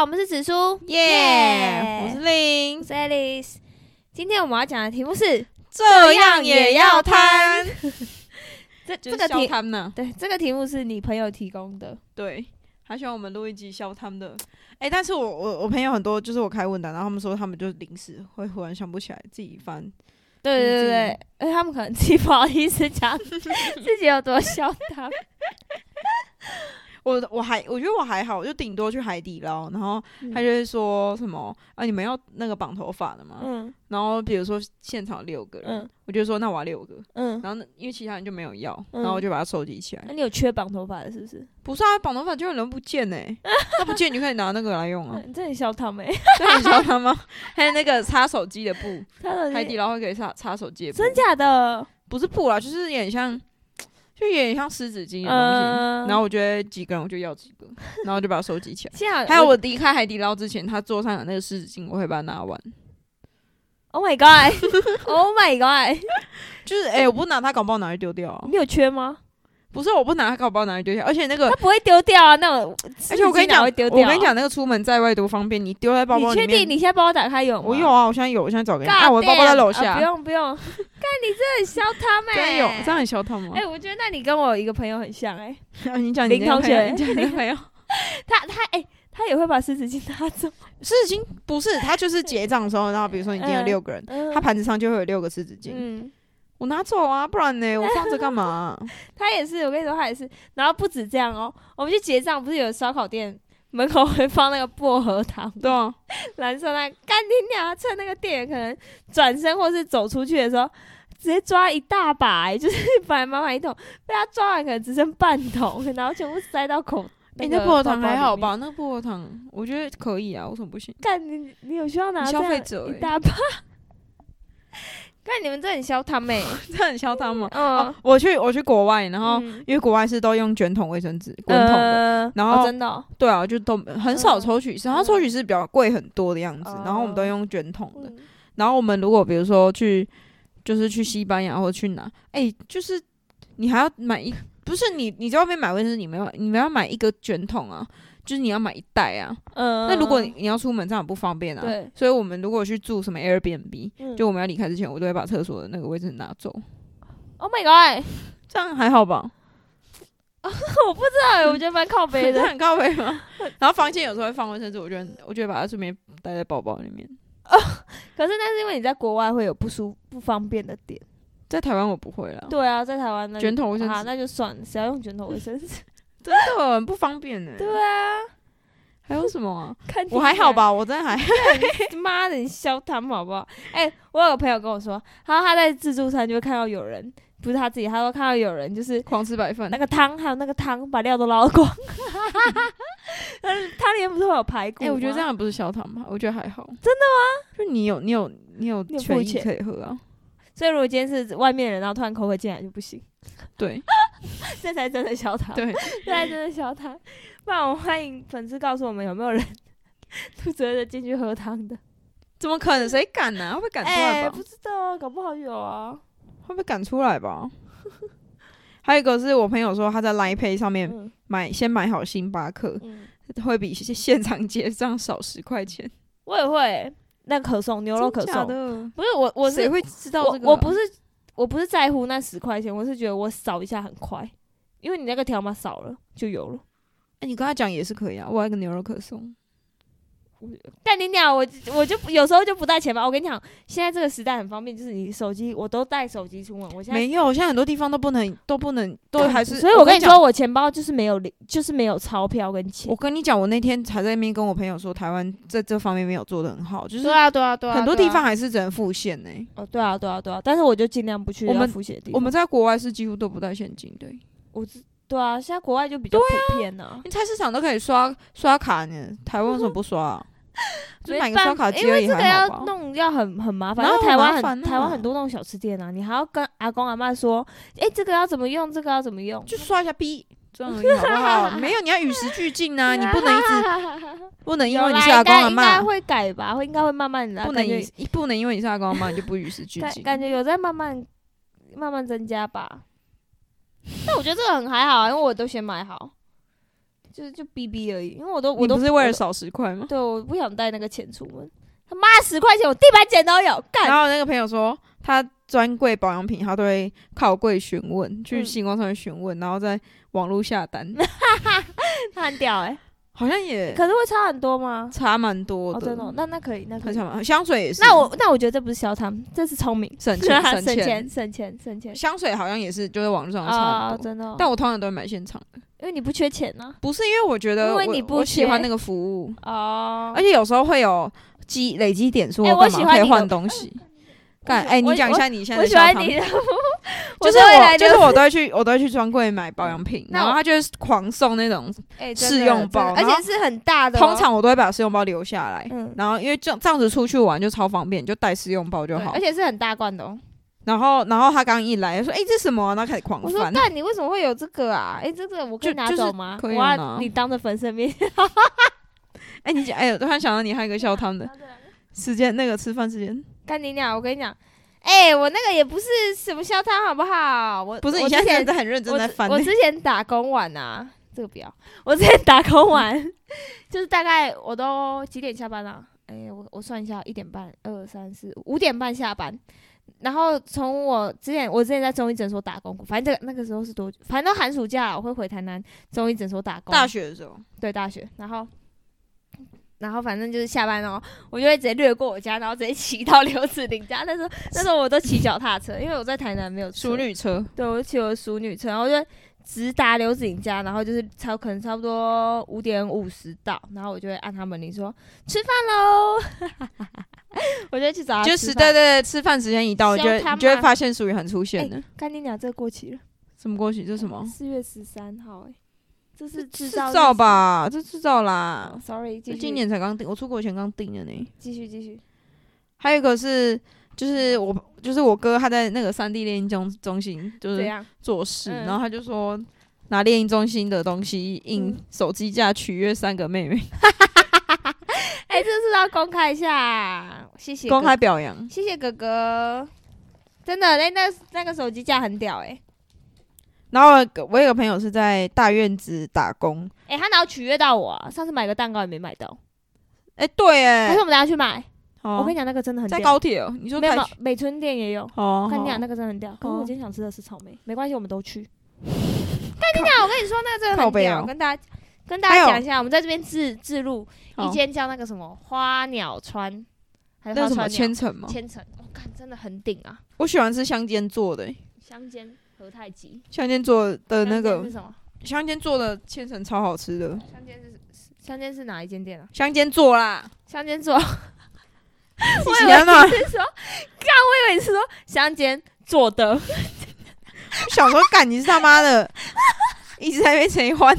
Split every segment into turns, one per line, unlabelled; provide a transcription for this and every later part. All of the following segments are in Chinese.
我们是紫苏，
耶！我是
我
令，
是 Alice。今天我们要讲的题目是
这样也要贪，
这
就
这
是
个
笑
题，
贪呐。
对，这个题目是你朋友提供的，
对，他希望我们录一集笑贪的。哎、但是我我我朋友很多，就是我开问答，然后他们说他们就临时会忽然想不起来自己翻。
对对对
自己
对，而且他们可能自己不好意思 讲自己有多笑他，
我我还我觉得我还好，我就顶多去海底捞，然后
嗯
他就会说什么、啊，你们要那个绑头发的吗？
嗯
然后比如说现场六个人，
嗯
我就说那我要六个，
嗯。
然后那因为其他人就没有要，
嗯
然后我就把它收集起来。
那你有缺绑头发的，是不是？
不是啊，绑头发就有人不 见呢、那不见你就可以拿那个来用啊
嗯，。你真的笑他没？
那你知道他吗？还有那个擦手机的布，
他的
海底捞会给擦擦手机的布，
真假的？
不是布啦，就是有点像，就有点像湿纸巾的东西。
嗯，
然后我觉得几个人我就要几 个，然后就把它收集起来。
现在
还有我离开海底捞之前，他桌上有那个湿纸巾，我会把它拿完。
，Oh my God，Oh my God，
就是哎、我不拿它，搞不好拿去丢掉、啊。
你有缺吗？
不是，我不拿它，搞不好拿去丢掉。而且那个
他，不会丢掉啊，那种
而且我跟你
哪
讲，
会丢掉啊
我跟你讲，那个出门在外多方便，你丢在包包
你
里
确
面。
定你现在帮我打开有吗？
我有啊，我现在有，我现在找给你。
God
啊，我的包包在楼
damn，啊
下。
不用不用， 看你真的很笑他们、
这样有，这样很小套吗
哎、？我觉得那你跟我有一个朋友很像哎、
你讲你
林
那个
同
朋友
学
你讲你那个朋友。
他他哎、他也会把湿纸巾拿 走，
湿纸巾不是，它就是结账的时候，然后比如说你今天有六个人，
嗯
它盘子上就会有六个湿纸巾，
嗯，
我拿走啊，不然 呢，我放着干嘛、啊
他也是，我跟你说他也是，然后不止这样哦，我们去结账不是有烧烤店。门口会放那个薄荷糖，
对啊，
蓝色那个干你娘！趁那个店员可能转身或是走出去的时候，直接抓一大把、哎 就是本来满满一桶，被他抓完可能只剩半桶，然后全部塞到口。
哎、
个
那薄荷
包
糖
包
还
里
好
面？
吧？那薄荷糖我觉得可以啊，为什么不行？
干你，你有需要拿
你
这
消
样
费者
一
欸
大把？干你们这很消欸他 妹，
这很嚣张吗？
嗯
哦，，我去我去国外，然后、
嗯
因为国外是都用卷筒卫生纸哦滚筒的，
呃
然
哦
后
真的哦，
对啊，就都很少
嗯
抽取式，然后抽取式比较贵很多的样子，
哦
然后我们都用卷筒的，
嗯
然后我们如果比如说去，就是去西班牙或去哪，哎、就是你还要买一，不是你你在外面买卫生纸，你没有，你们要买一个卷筒啊，就是你要买一袋啊。
嗯
那如果你你要出门，这样很不方便啊。
对，
所以我们如果去住什么 Airbnb，、
嗯
就我们要离开之前，我都会把厕所的那个卫生纸拿走，
Oh my god，
这样还好吧？
我不知道欸，我觉得蛮靠北
这样
的。
很高 杯吗？然后房间有时候会放卫生纸，我觉得我觉得把它顺便带在包包里面。
可是那是因为你在国外会有不舒不方便的点。
在台湾我不会啦，
对啊，在台湾那
卷筒卫生
啊，
纸
那就算了，谁要用卷筒卫生纸？
真的很不方便 呢、欸
对啊，
还有什么 啊？
看
我还好吧，我真的还
你妈的，你消他们好不好？哎、我有个朋友跟我说，他他在自助餐就会看到有人，不是他自己，他说看到有人就是
狂吃白饭
那。个汤，还有那个汤把料都捞光， 但是汤里面不是会有排骨
哎、
吗？
我觉得这样不是小糖吧？我觉得还好。真的吗？就你有你有你有
你有付
权益
钱
可以喝 啊。
所以如果今天是外面人，然后突然口渴进来就不行，
对
这才真的消汤，
对，
这才真的消汤。不然我欢迎粉丝告诉我们有没有人 肚子饿着进去喝汤的？
怎么可能？谁敢呢、会被赶出
哎、
来吧？
不知道啊，搞不好有啊。
会被赶出来吧？ 还有一个是我朋友说他在 Line Pay 上面
嗯
买，先买好星巴克，
嗯，
会比现现场结账少十块钱。
我也会那可颂牛肉可
真假
颂。
的，
不是我，我是
谁会知道这个
我
啊、
我不是我不是在乎那十块钱，我是觉得我扫一下很快，因为你那个条码扫了就有了。
哎、你跟他讲也是可以啊。我要一个牛肉可颂，
但你俩我我就有时候就不带钱包。我跟你讲，现在这个时代很方便，就是你手机我都带手机出门。我现在
没有，现在很多地方都不能，都不能，都还是。
所以我跟你
讲
说，我钱包就是没有零，就是没有钞票跟钱
我。跟你讲，我那天还在那边跟我朋友说，台湾在这方面没有做的很好，就是
对啊，对啊，对啊，
很多
对
地
啊
方还是只能付现呢、
哦，对啊，对啊，对啊，但是我就尽量不去
我们
要付钱的地方。
我们在国外是几乎都不带现金的、欸
对啊，现在国外就比较普遍啊呢、
你菜市场都可以刷刷卡呢，台湾为什么不刷、啊？就
没
买个
办
刷卡
法
机而已，
这个
还
要
好吧？
弄要很很麻烦，
哪
因
有
为台湾
麻烦
很
啊
台湾很多那种小吃店啊，你还要跟阿公阿妈说，哎，这个要怎么用，这个要怎么用，
就刷一 下 B，这样而已好不好？没有，你要与时俱进啊，你不能一直
直
不能因
有
为你
啦，
是阿
应
公
该
阿
应该
妈，
会改吧，会应该会慢慢的，
不能
感觉
以不能因为你是阿公阿妈你就不与时俱
感
进。
感觉有在慢慢慢慢增加吧。但我觉得这个很还好啊，因为我都先买好。就是就逼逼而已，因为我都我
你
都
不是为了
我都
少十块 吗？
对，我不想带那个钱出门。他妈十块钱，我地板剪都有干。
然后那个朋友说，他专柜保养品，他都会靠柜询问，去
嗯
星光上面询问，然后在网络下单，
他很屌哎、
好像也
可是会差很多吗？
差蛮多
哦，
的，
真的哦、那那可以，那可
很
以。
像吗？香水也是，
那我那我觉得这不是消贪，这是聪明，
省 钱
省
省
钱，省钱，省钱。
香水好像也是，就是网络上差
啊、
很多。
真的哦、
但我通常都会买现场的，
因为你不缺钱呢、
不是因为我觉得
因
我
为你不
我喜欢
缺
那个服务，
哦
而且有时候会有积累积点数，
哎我
干
喜欢
嘛可以
你的
换东 西？干
我
哎，你
我
讲一下你现在
我
的
喜
小
欢
糖
你的，
就是
我都会来
我，就
留
是 我都会去，我都会去专柜买保养品，
那
然后
我
他就是狂送那种，
哎真
试
的
用
真的
包
而
然后
且是很大的哦、
通常我都会把试用包留下来，
嗯
然后因为这样这样子出去玩就超方便，就带试用包就
对
好
而。且是很大罐的、哦。
然后，然后他刚一来就说：“哎，这什么啊？”然后开始狂
我说：“
翻，
但你为什么会有这个啊？哎、这个我可以
就
拿
就是
走吗？
可以
我要
拿
你当着粉丝面。
哎，你讲，哎，我突然想到你还有一个笑汤的时间，那个吃饭时间
干你俩！我跟你讲，哎、我那个也不是什么消汤，好不好？我
不是？
我
你
之
现在
前
在很认真
我
在
之
翻
我
那
之前打工完啊，这个不要。我之前打工完， 就是大概我都几点下班啊？哎、我我算一下，一点半、二三四五点半下班。然后从我之前，我之前在中医诊所打工过，反正这个那个时候是多久？反正寒暑假我会回台南中医诊所打工。
大学的时候，
对大学，然后然后反正就是下班哦，我就会直接掠过我家，然后直接骑到 刘子玲家。那时候那时候我都骑脚踏车，因为我在台南没有车
淑，女车，
对我骑我的淑女车，然后就直达刘子玲家，然后就是超可能差不多五点五十到，然后我就会按他门铃说吃饭喽， 我就会去找他
就
嗯吃
是
饭。
对对对，吃饭时间一到，你就会
消汤
你就会
嘛
发现淑女很出现的，
干你俩这个过期了，
什么过去这是什么？
四月十三号、哎，这是制
制
造
造
日期、
吧，这制造啦
哦、。？Sorry，继
就
续，
今年才刚定，我出国前刚定的呢。
继续继续。
还有一个是，就是我就是我哥他在那个三 D 猎鹰中中心就
怎
是
样？
做事，
嗯
然后他就说拿猎鹰中心的东西印
嗯
手机架取悦三 个妹妹，
哎、这是要公开一下，谢谢
公
哥
开表扬。
谢谢哥哥，真的，那那那个手机架很屌哎、
然后我有个我有个朋友是在大院子打工，
哎、他哪有取悦到我啊？上次买个蛋糕也没买到，
哎、对
还是
哎，
我们等下去买？
哦
我跟你讲，那个真的很
在
屌，
高铁哦，你说
没有
太
没有，美村店也有。
哦
我，跟你讲，
好
那个真的很屌。可是我
哦
今天想吃的是草莓，没关系，我们都去。跟你讲，我跟你说，那个真的
靠
很
背
屌。
哦
我跟大家跟大
还
家
有
讲一下，我们在这边自自录
好
一间叫那个什么花鸟川，还是花
那个什么
川
千
鸟
层吗？
千层，我看真的很顶啊，
我喜欢吃香煎做的、
香煎和太极。
香煎做的
香煎
那个
是什么？
香煎做的千层超好吃的，
香煎是香煎是哪一间店啊？
香煎做啦。
香煎做， 我
我
以为你 是说，刚我以为你是说香煎做的，
小时候干你是他妈的，一直在被谁欢。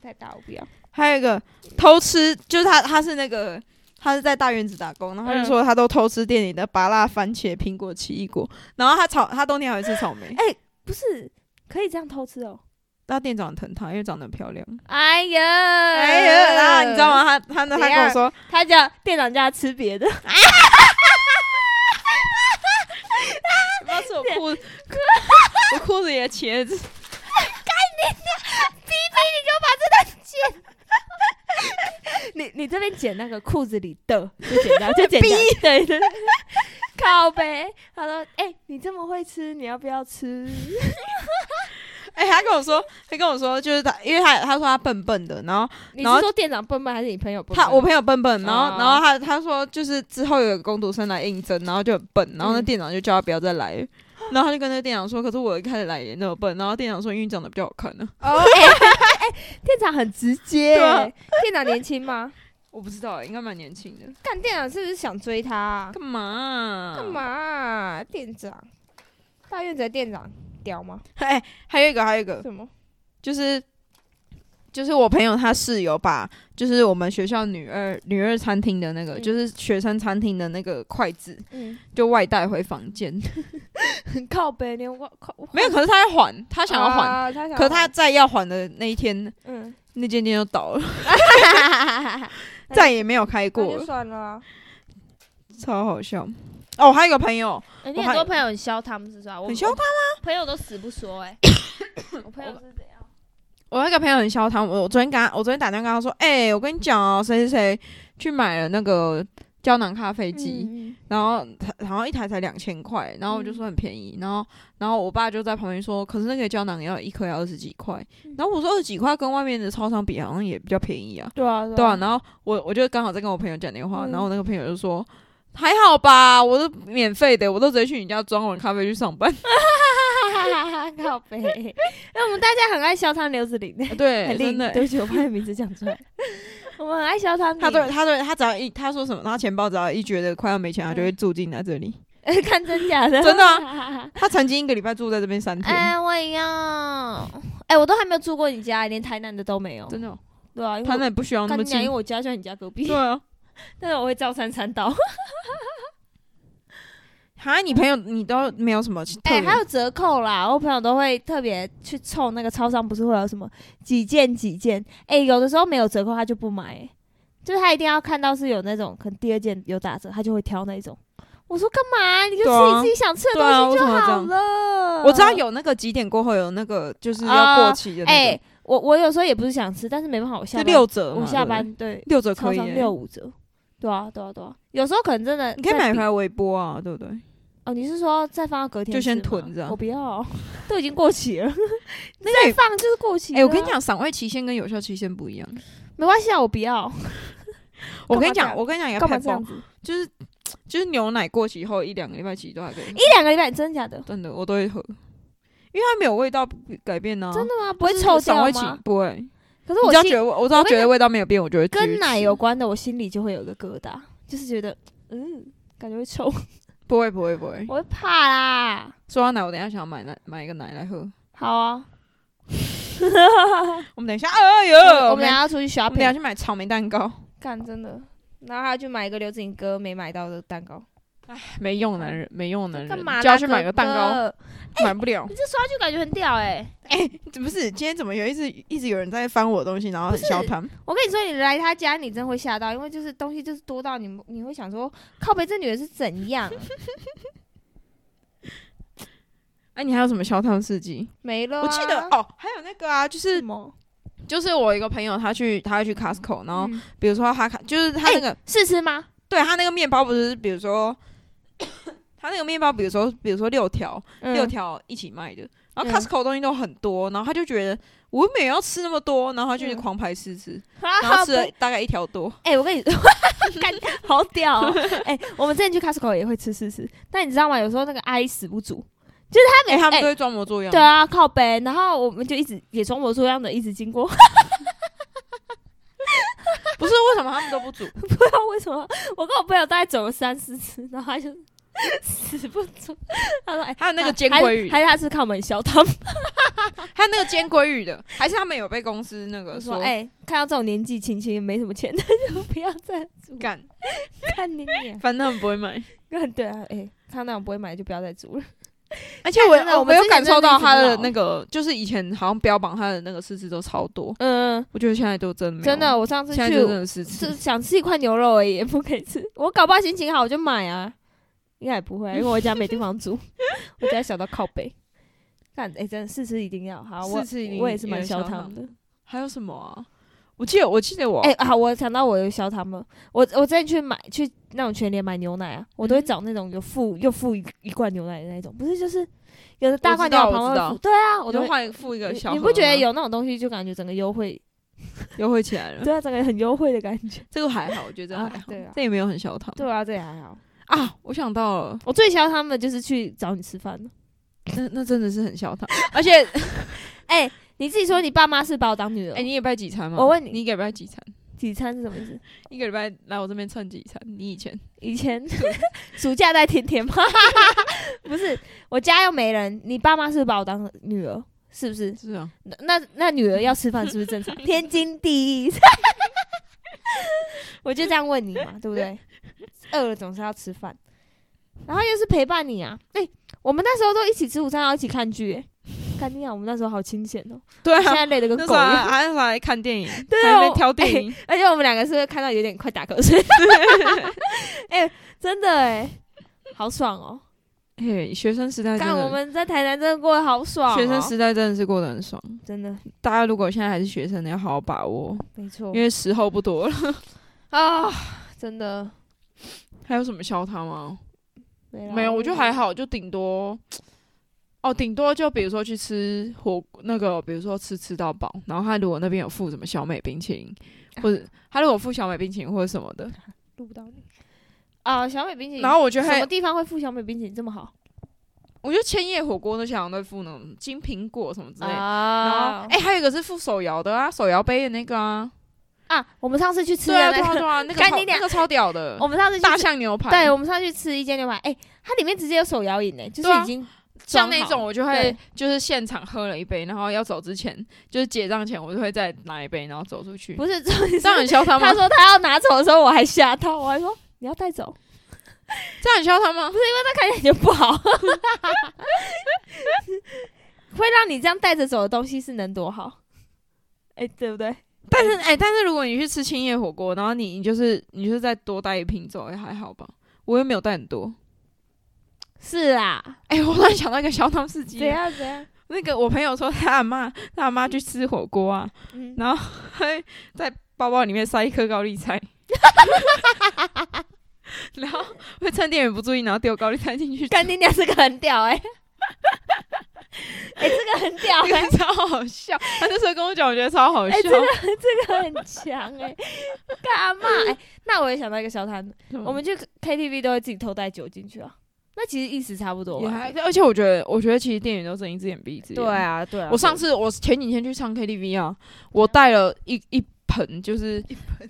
这太大我不要。
还有一个偷吃，就是他他是那个他是在大院子打工，然后他就说他都偷吃店里的芭辣、番茄、苹果、奇异果，然后他草他冬天还会吃草莓。
哎不是，可以这样偷吃哦。
那店长很疼他，因为长得很漂亮。
哎呀，
哎呀，然后你知道？吗？他他呢，
怎
他
样
跟我 说，
他叫店长叫他吃别的，
他是我裤子， 我裤子里的茄子。
你你这边剪那个裤子里的就剪 掉，就剪掉，对对。对 靠呗，他说：“哎、你这么会吃，你要不要 吃？
哎、他跟我说，他跟我说，就是他，因为他他说他笨笨的，然后
你
然后
是说店长笨笨还是你朋友笨笨？
他我朋友笨笨，然后、
哦
然后他他说就是之后有个工读生来应征，然后就很笨，然后那
嗯
店长就叫他不要再来了，然后他就跟那个店长说，可是我一开始来也那么笨，然后店长说因为你长得比较好看呢、
哦，哎、哎店长很直接、
对啊
店长年轻吗？
我不知道、欸应该蛮年轻的，
干店长是不是想追他、啊？
干嘛、
干？嘛啊、店长，大院子的店长屌吗？
哎、还有一个还有一个
什么？
就是。就是我朋友他室友把，就是我们学校女二女二餐厅的那个，
嗯
就是学生餐厅的那个筷子，
嗯，
就外带回房 间。
很 靠北，连我靠，我
没有，可是他要还，他想要还，
啊他想要
可是他
还
在要还的那一天，
嗯，
那 间店就倒了，
那就
再也没有开
那
过
就
了。
算了啊、
超好笑。哦，我还有一个朋友，
欸、你
我
很
还
多朋友很削他们是不是啊？我
很削
他吗？朋友都死不说 哎、我朋友是怎样？
我那个朋友很消糖，我我昨天跟他，我昨天打电话跟他说，哎、我跟你讲哦，谁谁谁去买了那个胶囊咖啡机，
嗯
然后他好像一台才两千块，然后我就
嗯
说很便宜，然后然后我爸就在旁边说，可是那个胶囊要一颗要二十几块，
嗯
然后我说二十几块跟外面的超商比好像也比较便宜啊，
对啊，
对啊，然后我我就刚好在跟我朋友讲电话，
嗯
然后我那个朋友就说。还好吧，我都免费的，我都直接去你家装完咖啡去上班。
哈哈哈， 靠背。 那我们大家很爱削他刘子玲，
对，
很厉
哎 真的
害。， 对不起，我把你名字讲出 来。我们很爱削他，
他对他对他只要一他说什么，他钱包只要一觉得快要没钱，他就
嗯
会住进来这里。
看真假的，
真的
啊。
他曾经一个礼拜住在这边三天，
哎，我也要。哎，我都还没有住过你家，连台南的都没有。
真的哦，
对啊，因为
他
我
那不需要那
干
么
你娘，因
近
为。我家就在你家隔壁
对，啊，
但是我会照三餐到。
哈，你朋友你都没有什么特
哎、
别
还有折扣啦！我朋友都会特别去凑那个超商，不是会有什么几件几件？哎、有的时候没有折扣他就不买、哎就是他一定要看到是有那种可能第二件有打折，他就会挑那种。我说干嘛？你就
对
吃
啊
你自己想吃的
对啊
东西就
为什么要这
好
样
了。
我知道有那个几点过后有那个就是要过期的
哎、
那个，
我我有时候也不是想吃，但是没办法，我下
是
班
六折嘛，
我下
对不对
班对
六折
超
可以
商
欸，
六五折。对啊，对啊，对啊，有时候可能真的
你可以
在
买
比
回来微波啊，对不对？
哦，你是说再放到隔天
就先
吃吗
囤着啊
我不要，都已经过期了，
那
再
个
放就是过期。
哎，我跟你，讲，赏味期限跟有效期限不一样。
没关系啊，我不要，
我跟
干嘛这
你讲，
样
我跟你讲一个
干嘛
p
这样子？
就是就是牛奶过期后一两个礼拜其实都还可以喝，
一两个礼拜，真的假的？
真的我都会喝，因为它没有味道改变呢、啊，
真的吗？不
不
会臭
赏
掉
味期
吗？
不会。
可是
我
我
只要
心
觉得我只要
我跟你
觉得味道没有变，我就会继续
跟奶
吃
有关的，我心里就会有一个疙瘩，就是觉得嗯，感觉会臭，
不会不会不会。
我会怕啦。
说到奶，我等一下想要买奶买一个奶来喝。
好啊，
我们等一下，哎呦，
我
我
们俩
们
要出去
我们等一下
shopping，
去买草莓蛋糕，
干真的。然后他去买一个刘子颖哥没买到的蛋糕，
没用的男人没用的男
干
人
嘛啦？，
就要去买个蛋糕，
糕，
买不了
你。这刷剧感觉很屌哎！
不是，今天怎么有一直一直有人在翻我的东西，然后很消谈。
我跟你说，你来他家，你真会吓到，因为就是东西就是多到你，你会想说，靠北这女人是怎 样？
哎，你还有什么消汤事迹？
没了啊、
我记得哦，还有那个啊，就
什
是
么？
就是我一个朋友，他去他会去 Costco，然后
嗯
比如说他看就是他那个
试吃吗？
对他那个面包不是，比如说 他那个面包，比如说比如说六条、六
嗯，
条一起卖的，然后
嗯
Costco 东西都很多，然后他就觉得我又没有要吃那么多，然后他就去
嗯啊
狂排试吃，然
好
后吃了大概一条多。
哎、我跟你说， 干好屌、 哦！哎、我们之前去 Costco 也会吃试吃，但你知道吗？有时候那个阿姨死不足，
哎、他们
哎
都会装模作样。
对啊，靠北，然后我们就一直也装模作样的一直经过，
不是为什么他们都不煮？
不知道为什么，我跟我朋友大概走了三四次，然后他就死不足，他说：“哎、
啊还有那个
还
煎
还是
鲑鱼，
还是他是看我们笑他们。”
还有那个煎鲑鱼的，还是他们有被公司那个
说
说
哎、看到这种年纪轻轻没什么钱的， 就不要再煮，
干，
看你脸。
反正他们不会买。
对啊，哎、看到那种不会买就不要再煮了。
而且
真的我
我我
们
没有
之前
感受
真的
到
一直
他
不
的
老
那个，就是以前好像标榜他的那个试吃都超多，
嗯，
我觉得现在都真的没有
真的，，我上次
现在就真
去
的试吃
是。想吃一块牛肉而已，也不可以吃。我搞不好心情好我就买啊，应该也不会，啊因为我家没地方煮，我家小到靠北。看，哎、真的试吃一定要好，我
试吃一定
我也是蛮
有
消
消
汤
糖
的。
还有什么啊？我记得，我记得我，
哎、啊，我想到我有消汤了。我我之前去买去那种全联买牛奶啊，我都
嗯
会找那种有附又附一一罐牛奶的那种，不是就是有的大
我
罐
知
牛奶
道
旁
我
边
知
会
道
附，对啊，我
我
都
都
会。
换附一个
你
小盒
你
吗，
不觉得有那种东西就感觉整个优惠，
优惠起来了？
对啊，整个很优惠的感 觉。
这个还好，我觉得这还
啊
好
对啊，
这也没有很小糖。
对啊，这也还好。
啊，我想到了，
我最消他们就是去找你吃饭的。
那那真的是很小糖， 而且，
哎、你自己说你爸妈是把我当女儿，
哎，你一个礼拜几餐吗？
我问你
你一个礼拜几餐？
几餐是什么意思？
一个礼拜来我这边蹭几餐？你以前
以前 暑假在天天吗？ 不是，我家又没人，你爸妈是不是把我当女儿，是不是？
是啊，
那那那女儿要吃饭是不是 正常？天经地义。 我就这样问你嘛，对不对？饿了总是要吃饭，然后又是陪伴你啊。哎、我们那时候都一起吃午餐，然后一起看剧、哎干你啊！我们那时候好清闲哦，
对
现
啊，
在累得跟
那时
狗
候
一
还
样。
还来看电影，
对
还
啊，
在
我
挑电影
哎，而且我们两个是不是看到有点快打瞌 睡？哎、真的哎、好爽哦！
嘿，学生时代真
干我
的，
们在台南真的过得好爽、哦，
学生时代真的是过得很爽。
真的
大家如果现在还是学生的，要好好把握，
没错
因为时候不多了。
啊，真的
还有什么笑他吗？
没啦
没有，我觉得还好，就顶多，哦，顶多就比如说去吃火那个，比如说吃吃到饱，然后他如果那边有附什么小美冰 淇淋，或者他如果附小美冰淇淋或者什么的，
录不到你啊。小美冰淇淋，
然后我觉得
什
还
么，地方会附小美冰淇淋这么好
我觉得千叶火锅那些好像都会附那种金苹果什么之类的。哦然后
啊，
哎、还有一个是附手摇的啊，手摇杯的那个啊，
啊，我们上次去吃
对啊，
的
对
那
啊，
个，
对啊，那个
干
超
你哦
那
娘
个超屌的
我，们上次去
大
吃
象牛排，
对，我们上去吃一间牛排，哎、它里面直接有手摇饮哎，就
对
是
啊
已经
像
装
那
好
种我就会
对
就是现场喝了一杯，然后要走之前，就是结账前我就会再拿一杯，然后走出去。
不是重点是
这样很嚣张吗
他？说他要拿走的时候，我还吓到，我还说你要带 走，
这样很嚣张吗？
那看起来就不好。 会让你这样带着走的东西是能多好？哎、对不对？
但是哎、但是如果你去吃青叶火锅，然后你你就是你就是再多带一瓶走也还好吧。我又没有带很多。
是啊，
哎、我突然想到一个小汤司机
怎，样怎样？
那个我朋友说他阿妈他阿妈去吃火锅 啊，
嗯，
然后还在包包里面塞一颗高 丽菜，然后会趁店员不注意，然后丢高丽菜 进去吃，
干爹娘这个很屌 哎、哎、这个很屌
这
哎、
个 超好笑。他那时候跟我讲，我觉得超好笑
哎、。这个这个很强哎、干嘛哎？那我也想到一个小摊，
什么
我们去 KTV 都会自己偷带酒进去啊，那其实意思差不多
也
吧。
还，而且我觉得，我觉得其实店员都睁一只眼闭一只眼。
对啊，对啊。
我上次我前几天去唱 KTV 啊，我带了一一盆就是一盆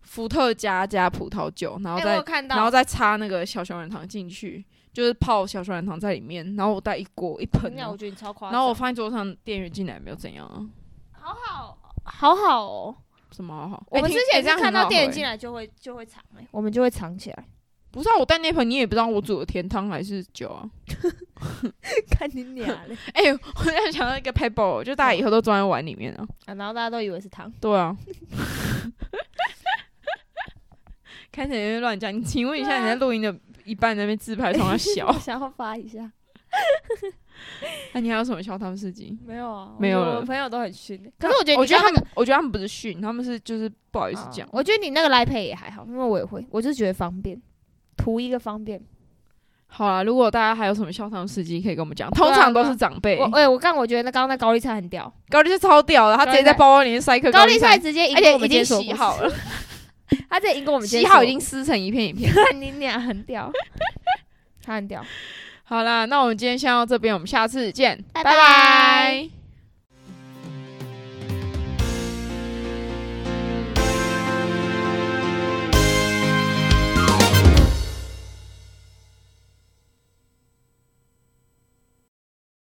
伏特加加葡萄酒，然后
哎、
再、
我有看到，
然后再插那个小熊软糖进去，就是泡小熊软糖在里面，然后我带一锅一盆
那
啊、
我觉得你超夸张。
然后我放在桌上，店员进来没有怎样啊？
好好好好哦，
什么好好？哎
我们之前是看到店员进
来，
来就会就会藏哎、我们就会藏起 来。
欸不是啊，我带那盆你也不知道我煮的甜汤还是酒啊。
看你 啊俩嘞、
哎、我突然想到一个 pebble，就大家以后都装在碗里面啊。
啊，然后大家都以为是糖，
对啊。开始有点乱讲，你请问一下，你
啊
在录音的一半在那边自拍，从他小
我，想要发一下。
那、你还有什么笑他们事情？
没有啊，
没有
我觉得我
了
朋友都很逊、可是我觉得
我
你
觉
刚
得
刚
他
那
们，我觉得他们不是训，他们是就是不好意
个
思讲。
啊我觉得你那个来配也还好，因为我也会，我就觉得方便，图一个方便。
好啦，如果大家还有什么笑他们事情，可以跟我们讲。
啊
通常都是长辈
我，哎、我刚我觉得那刚刚那高丽菜很屌，
高丽菜超屌的，他直接在包包里面塞一颗
高
丽
丽菜，直接赢
而
过
且
我
已
们
经
解锁
洗好了，
故事，他这赢过我们解
洗
锁
好 已经撕成一片一片。
看你俩很屌，他很屌。
好啦，那我们今天先到这边，我们下次见，
拜
拜
拜
拜